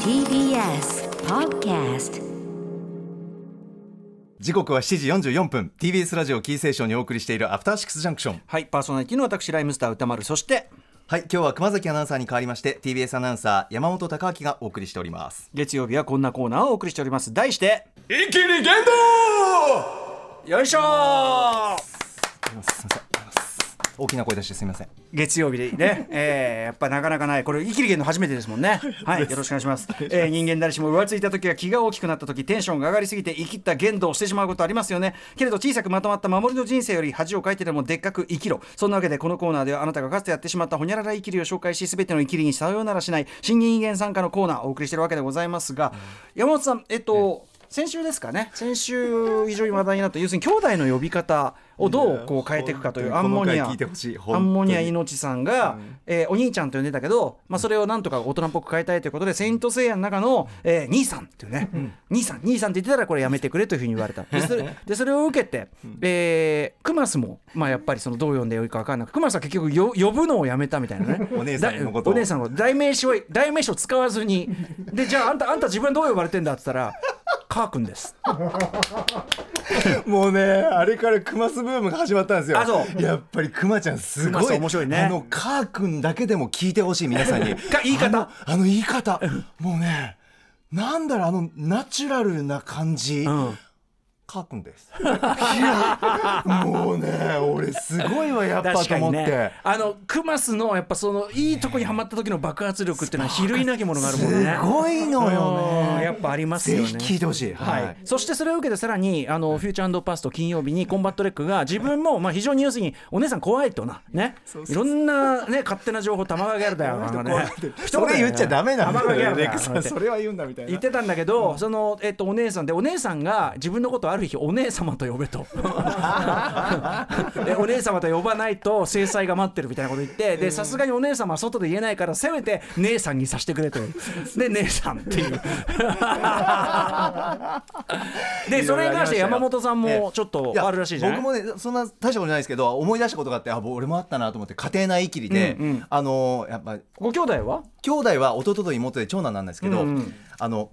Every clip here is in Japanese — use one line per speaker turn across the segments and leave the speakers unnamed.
TBS Podcast
時刻は7時44分 TBS ラジオキーセーションにお送りしているアフターシックスジャンクション
はい、パーソナリティの私、ライムスター歌丸、そして
はい今日は熊崎アナウンサーに代わりまして TBS アナウンサー山本貴明がお送りしております
月曜日はこんなコーナーをお送りしております。題して、
一気にゲットよいしょー
すいませんすいません大きな声出してすみません
月曜日で ね、えーやっぱなかなかない、これ、イキリゲンの初めてですもんね。はい、よろしくお願いします。えー人間誰しも浮ついた時や気が大きくなった時、テンションが上がりすぎて、生きった言動をしてしまうことありますよね。けれど、小さくまとまった守りの人生より、恥をかいてでもでっかく生きろ。そんなわけで、このコーナーでは、あなたがかつてやってしまったほにゃららイキリを紹介し、すべてのイキリにさようならしない、新人間参加のコーナーをお送りしているわけでございますが、山本さん、えっと、先週ですかね先週非常に話題になった要するに兄弟の呼び方をどうこう変えていくかというアンモニ
この
ア
回聞いてほしい本
ア
当に
ンモニア命さんが、えーお兄ちゃんと呼んでたけど、まあ、それをなんとか大人っぽく変えたいということで「セイント・セイヤ」の中の、えー兄さんっていうね、兄さん兄さんって言ってたらこれやめてくれというふうに言われたでそれでそれを受けて、えークマスも、まあ、やっぱりそのどう呼んでよいか分かんなくクマスは結局よ呼ぶのをやめたみたいなね
お姉さんのことを
だお姉さんの代名詞を代名詞を使わずにでじゃああんたあんた自分はどう呼ばれてんだって言ったら「カー君です」
もうねあれからクマスブームが始まったんですよ
あそう
やっぱりクマちゃんす
クマ
ご
さん
い
面白いね
あのカー君だけでも聞いてほしい皆さん に
か言い方
あのあの言い方もうねなんだろうあのナチュラルな感じ、
ん
カー君です。いやもうね、俺すごいわ、やっぱ
確
と
か
思
に
って。
ね、あのクマスのやっぱそのいいとこにはまった時の爆発力っていうのは比類なきものがあるもんね
すごいのよ
うん
ね。
やっぱありますよね
ぜひ聞いてほしい。
はいそしてそれを受けてさらにあのフューチャーパスト金曜日にコンバットレックが自分もまあ非常に要するにお姉さん怖いとなねいろんなね勝手な情報玉川ギャルだよなんかね
それ言っちゃダメなんだ
玉川ギャ
よ、
ルだ
レ
よ
クさん。それは言うんだみたい
言
な
っ。てたんだけど、その、えっと、お姉さんでお姉さんが自分のことをある日お姉様と呼べ とでお姉様と呼ばないと制裁が待ってるみたいなこと言ってでさすがにお姉様は外で言えないからせめて姉さんにさせてくれと いうで姉さん っていうでそれに関して山本さんもちょっとあるらしいじゃない
や僕もねそんな大したことないですけど思い出したことがあってあもう俺もあったなと思って家庭内いきりで、
うんうん
あのやっぱ
ご兄弟は
兄弟は弟と妹で長男なんですけど、
うんうん
あの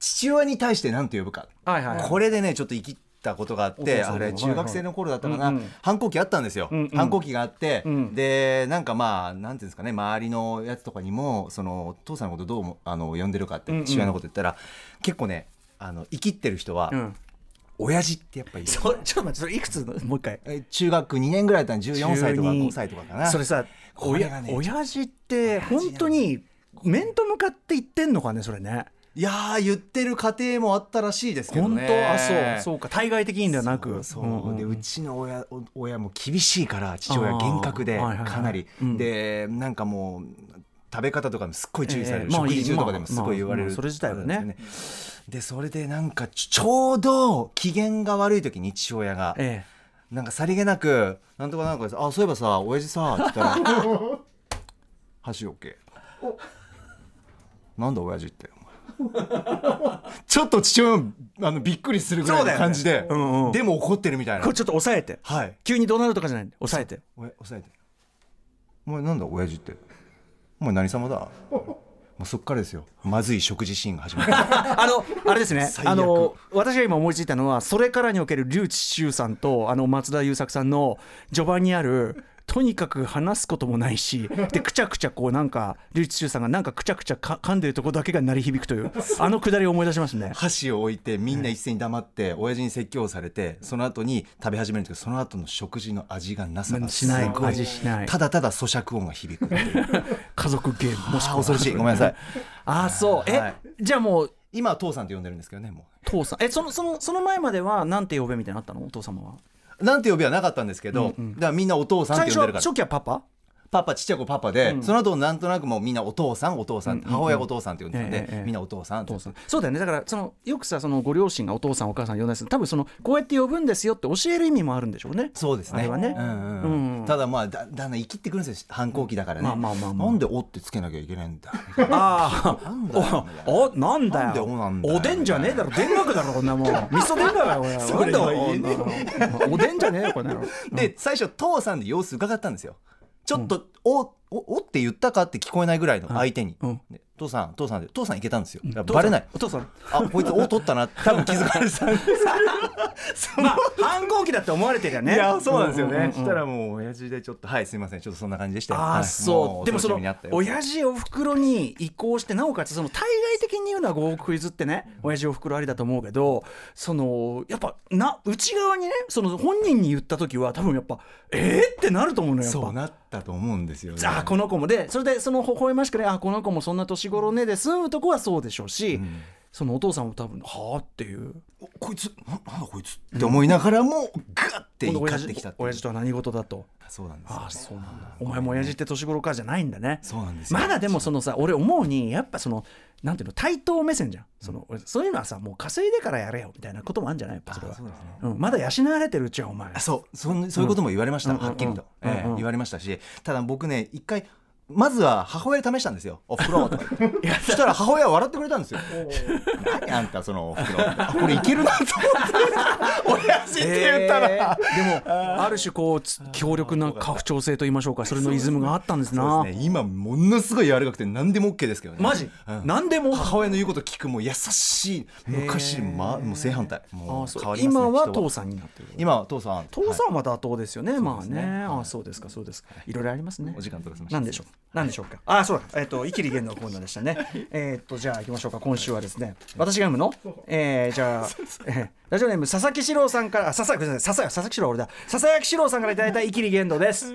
父親に対して何て呼ぶか、
はいはい
これでねちょっと生きったことがあっ
お父
て
さん
あれ中学生の頃だったかな、
うんうん
反抗期あったんですよ、
うんうん
反抗期があって、
うん
でなんかまあなんていうんですかね周りのやつとかにもそのお父さんのことどうもあの呼んでるかって
うんうん
父親のこと言ったら、結構ねあの生きってる人は、
うん
親父ってやっぱり
ちょっと待ってそれいくつもう一回
え中学2年ぐらいだったら14歳とか
12
5歳とかかな
それさ
これがね
親親父って本当に面と向かって言ってんのかねそれね
いやー言ってる家庭もあったらしいですけど
本
ね
当あそうそうか対外的にではなく
そう
うんうん
でうちの親お親も厳しいから父親
あー
厳格で
はいはいはい
かなり、
うん
でなんかもう食べ方とかもすっごい注意される、
ええまあ
食事中
まあ
とかでもすごい言われる、
まあまあそれ自体はね
そうなんですよねでそれでなんかちちょうど機嫌が悪い時に父親が、
え
なんかさりげなく「なんとかなんとかですあそういえばさ親父さ」って 言ったら「箸置け」なんだ親父ってお前ちょっと父親もあのびっくりするぐらい
そうだ
の
よ
感
ね
じで、
うんうん
でも怒ってるみたい
え
な
これちょっと抑えて
はい
急に怒鳴るとかじゃない抑えて
おや抑えて「お前なんだ親父ってお前何様 だ?」もうそっからですよまずい食事シーンが始まった
あのあれですね
最悪
あの私が今思いついたのはそれからにおける竜智秀さんとあの松田優作さんの序盤にあるとにかく話すこともないしでくちゃくちゃこうなんか竜智秀さんがなんかくちゃくちゃか噛んでるとこだけが鳴り響くというあのくだりを思い出しますね
箸を置いてみんな一斉に黙って親父に説教されてその後に食べ始めるんですけどその後の食事の味がなさが
しない
すご
味しない
ただただ咀嚼音が響 くっていう
家族ゲームもし
あー
くは
恐ろしいごめんなさい
ああそうえ、
はい
じゃあもう
今は父さんって呼んでるんですけどねも
父さんえそのそのその前まではなんて呼べみたいなのあったのお父様は
うなんて呼びはなかったんですけど、だからみんなお父さんっ
最
て
初
呼んでるから
初期はパパ
パパちっちゃい子パパで、その後なんとなくもうみんなお父さんお父さんって、母親がお父さんって呼んでたんで、
ええええ
みんなお父さんって
父さんそうだよねだからそのよくさそのご両親がお父さんお母さん呼んだりする多分そのこうやって呼ぶんですよって教える意味もあるんでしょうね
そうですね
あれはね
うんうん
うん
ただまあだだんだん生きってくるんですよ反抗期だからね、
まあまあまあまあ
なんで「お」ってつけなきゃいけないんだ
あ
なん だよ
あおおなんだよ
なんでおなんだよ
おでんじゃねえだろ田楽だろこんなもん味噌田楽だよこれ
それは言えねえ
なんだおおでんじゃねえよこんなの
で最初父さんで様子伺ったんですよちょっと「おおお」って言ったかって聞こえないぐらいの相手に、
うん
で父さん父さんで父さんいけたんですよ、だからバレない
お父さん
あこいつお取ったな 多分気づかれてたんです
まあ反抗期だって思われてるよね
いやそうなんですよね、したらもう親父でちょっとはいすいませんちょっとそんな感じでしたよ
あ
は
あ
い
そう、
も
でも
お楽し
その
みにあったよ
親父おふくろに移行してなおかつその対外的に言うのは合クイズってね親父おふくろありだと思うけどそのやっぱな内側にねその本人に言った時は多分やっぱえー、ってなると思うのよやっぱ
そうなったと思うんですよね
あこの子もでそれでその微笑ましくねあこの子もそんな年頃ねで済むとこはそうでしょうし、そのお父さんも多分はあっていう
おこいつななんだこいつって思いながらもガッて
今度
怒
親
っ
父
てきたっていう
親父とは何事だと
そうなんですよ
ああそうなんだお前も親父って年頃かじゃないんだね
そうなんですよ
まだでもそのさ俺思うにやっぱそのなんていうの対等目線じゃんその、そういうのはさもう稼いでからやれよみたいなこともあるんじゃないやっぱそれは
あそうですね
うん、まだ養われてるうちはお前
あそうそんそういうことも言われました、
うん
はっきりと、
うんうん
ええ
うんうん
言われましたしただ僕ね一回まずは母親で試したんですよ「おふくろ」 とか言ってそしたら母親は笑ってくれたんですよ「何あんたそのおふくろ」あこれいけるなと思って親父って言ったら、
でもある種こうつ強力な家父長制と言いましょうかそれのイズムがあったんですな
そうですね今ものすごい柔らかくて何でも OK ですけどね
マジ、
うん
何でも
母親の言うこと聞くもう優しい昔、ま、もう正反対も
あ
う
そう
変わりますね
今は
人
父さんになってる
今は父さん
父
は
さんは妥当ですよね、まあ
す
ね
ね
ああそうですかそうですかいろいろありますね
いお時間取らせました
なんでしょうなんでしょうかああそうだえ っ、と「イキリゲン」のコーナーでしたねえっとじゃあ行きましょうか今週はですね私が読むのえー、じゃあ、えーラジオネーム佐々木史郎さんからあ佐々木ごめんなさい佐々木佐々木史郎は俺だ佐々木史郎さんからいただいた「イキリゲン」です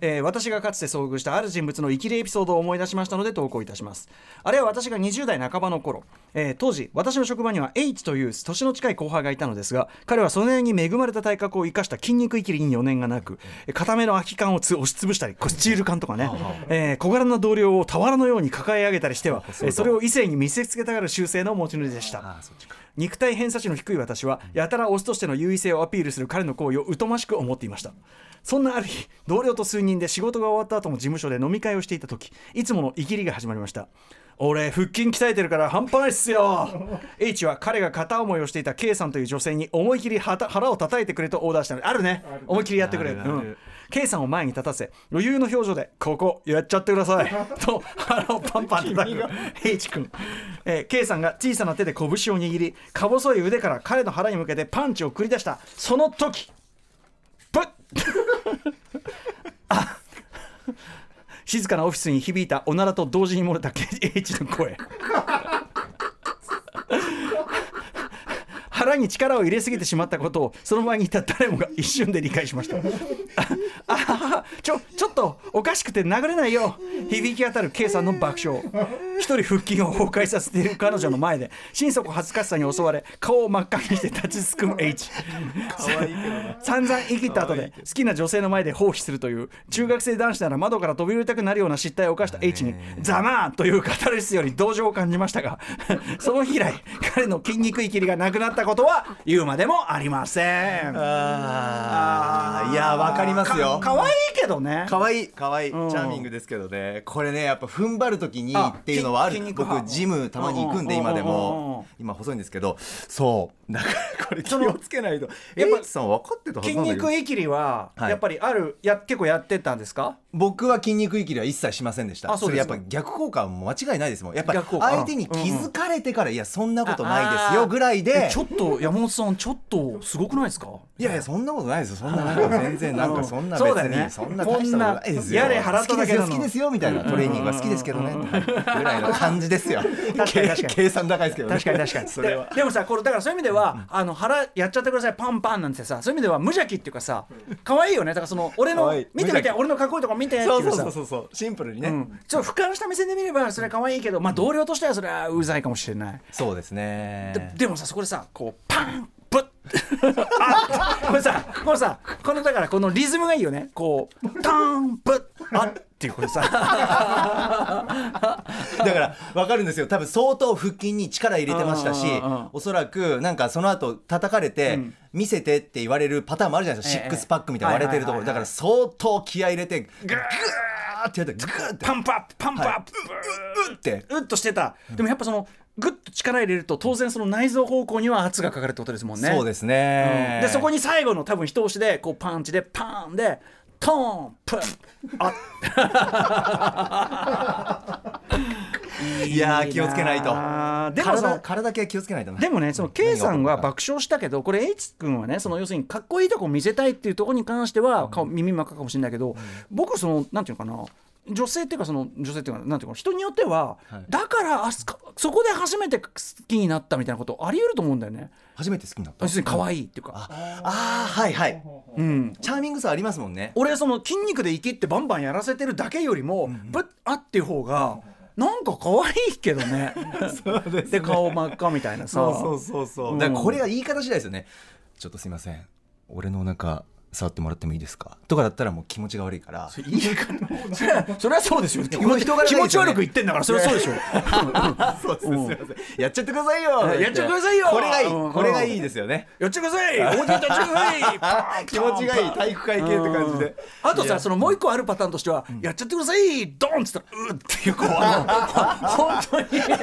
えー私がかつて遭遇したある人物の生きるエピソードを思い出しましたので投稿いたしますあれは私が20代半ばの頃、えー当時私の職場には H という年の近い後輩がいたのですが彼はそのように恵まれた体格を生かした筋肉いきりに余念がなくえー固めの空き缶をつ押しつぶしたりこうスチール缶とかね、えー小柄な同僚を俵のように抱え上げたりしてはえーそれを異性に見せつけたがる習性の持ち主でした
ああそっちか
肉体偏差値の低い私はやたらオスとしての優位性をアピールする彼の行為を疎ましく思っていましたそんなある日同僚と数人で仕事が終わった後も事務所で飲み会をしていた時いつものイキリが始まりました俺腹筋鍛えてるから半端ないっすよ H は彼が片思いをしていた K さんという女性に思い切りはた腹を叩いてくれとオーダーしたのあるね思い切りやってくれ
あるある
うん K さんを前に立たせ余裕の表情で「ここやっちゃってください」と腹をパンパン叩く H 君、えー、K さんが小さな手で拳を握りか細い腕から彼の腹に向けてパンチを繰り出したその時プッ静かなオフィスに響いたおならと同時に漏れた H の声腹に力を入れすぎてしまったことをその前にいた誰もが一瞬で理解しましたああははちょちょっとおかしくて殴れないよ響き当たる K さんの爆笑一人腹筋を崩壊させている彼女の前で心底恥ずかしさに襲われ顔を真っ赤にして立ちすくむ H 散々言い切った後で好きな女性の前で放棄するという中学生男子なら窓から飛び降りたくなるような失態を犯した H に「ざまあ!」という語るスより同情を感じましたが その日以来彼の筋肉いきりがなくなったことは言うまでもありません
ああいやわかりますよ
かわいいけどね
かわいいかわいいチ
ん
ャーミングですけどねこれねやっぱ踏ん張る時に
あ
っていうのはある
筋筋肉
僕
派
ジムたまに行くんで
うんうん
今で
うんうんうん
も今細いんですけどそうだからこれ気
の
をつけないとや
やっ
っ
ぱ
ぱさん分かってたはず
筋
なんだけど
肉いきりは
はい
やっぱりあるや結構やってたんですか
僕は筋肉いきりは一切しませんでした
あそうです
れやっぱ逆効果はもう間違いないですもんやっぱ
逆効果
相手に気づかれてからいやそんなことないですよぐらいで
えちょっと山本さんちょっとすごくないですか
いやいやそんなことないですよそんななんか全然なんかそんな別
そうだよね
にそんな大したことないですよ
こんなやれ払っ
好
た
きです
だけな
よ
の
好きですよみたいなトレーニングは好きですけどねぐらいの感じですよ
確かに確かに
計算高いですけどね
確かに確かに
それは
ででもさこれだからそういう意味では、あの腹やっちゃってくださいパンパンなんてさそういう意味では無邪気っていうかさ可愛いよねだからその俺の
可愛い
見て
無
みて
邪気
俺のかっこいいとこ見てって
そう
い
そううそ
さ
うそうそうシンプルにね、
うんちょっと俯瞰した目線で見ればそれは可愛いけどまあ同僚としてはそれはうざいかもしれない、
そうですね
でもさそこでさこうパンブッ あこれさこのさこのだからこのリズムがいいよねこうターンブッあっていうこれさ
だから分かるんですよ多分相当腹筋に力入れてましたし
うんうんうんうん
おそらくなんかその後叩かれて、見せてって言われるパターンもあるじゃないですか、
え
シ
え
ックスパックみたいな割れてるところ、
はいはいはい
だから
はい
相当気合い入れてグーってやってグーって
パンプアップパンプアップ、
うって
うっとしてた、でもやっぱそのぐっと力入れると当然その内臓方向には圧がかかるってことですもんね
そうです
うん
ね、
でそこに最後の多分一押しでこうパンチでパーンでトーンプッあ
いやー気をつけないと
あーでも
体
さ
体だけは気をつけないとね
でもね、その K さんは
何が起こるか
爆笑したけど、これ、H 君はね、その要するにかっこいいとこ見せたいっていうところに関しては、顔耳真っ赤かもしれないけど、僕、その、なんていうのかな、女性っていうか、その女性っていうか、なんていうのかな、人によっては、
はい
だからあそこ、そこで初めて好きになったみたいなこと、あり得ると思うんだよね、
初めて好きになった
要するに可愛いっていうか。
ああーはいはい
うん
チャーミングさありますもんね
俺その筋肉で生きってバンバンやらせてるだけよりもぶっあっていう方がなんか可愛いけどね そうですで顔真っ赤みたいなさ
そうそうそうそう、
うん
だからこれが言い方次第ですよねちょっとすいません俺のお腹触ってもらってもいいですかとかだったらもう気持ちが悪いから
いいか なそれはそれはそうですよ
この人柄がいいですよ
気
ね
持ち悪く言ってんだからそれはそう でしょ
そうですすいませんやっちゃってくださいよ
うんやっちゃってくださいよ
これがいい
うん
これがいいですよね
やっちゃください大手やっちゃくださいパン
気持ちがいい体育会系って感じで
あとさそのもう一個あるパターンとしては、やっちゃってくださいドンっつったらうーっていうこうあ のほん本 当にちょ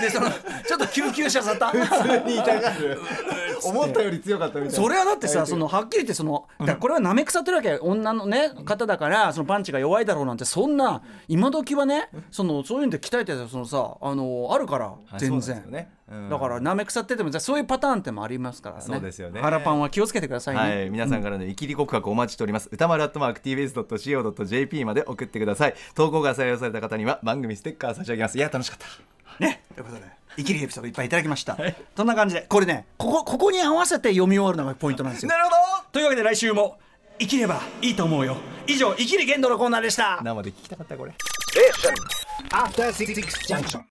でそのちょっと救急車沙汰
普通に痛がる思ったより強かったみたいな
それはだってさそのはっきり言ってそのだからこれはなめ腐ってるわけ女のね方だからそのパンチが弱いだろうなんてそんな今時はねそのそういうんで鍛えてたそのさあのあるから
い
全
そう
然
なんですよねうん
だからなめ腐っててもじゃあそういうパターンってもありますからね
そうですよね
腹パンは気をつけてくださいね、
はい、皆さんからのイキリ告白お待ちしております。歌丸アットマーク TBS.CO.JP まで送ってください。投稿が採用された方には番組ステッカー差し上げます。いや、楽しかった。
ねということで生きるエピソードいっぱいいただきました、そんな感じでこれねここここに合わせて読み終わるのがポイントなんですよ
なるほど
というわけで来週も生きればいいと思うよ以上生きる限度のコーナーでした
生で聞きたかった、これ。
After Six Junction.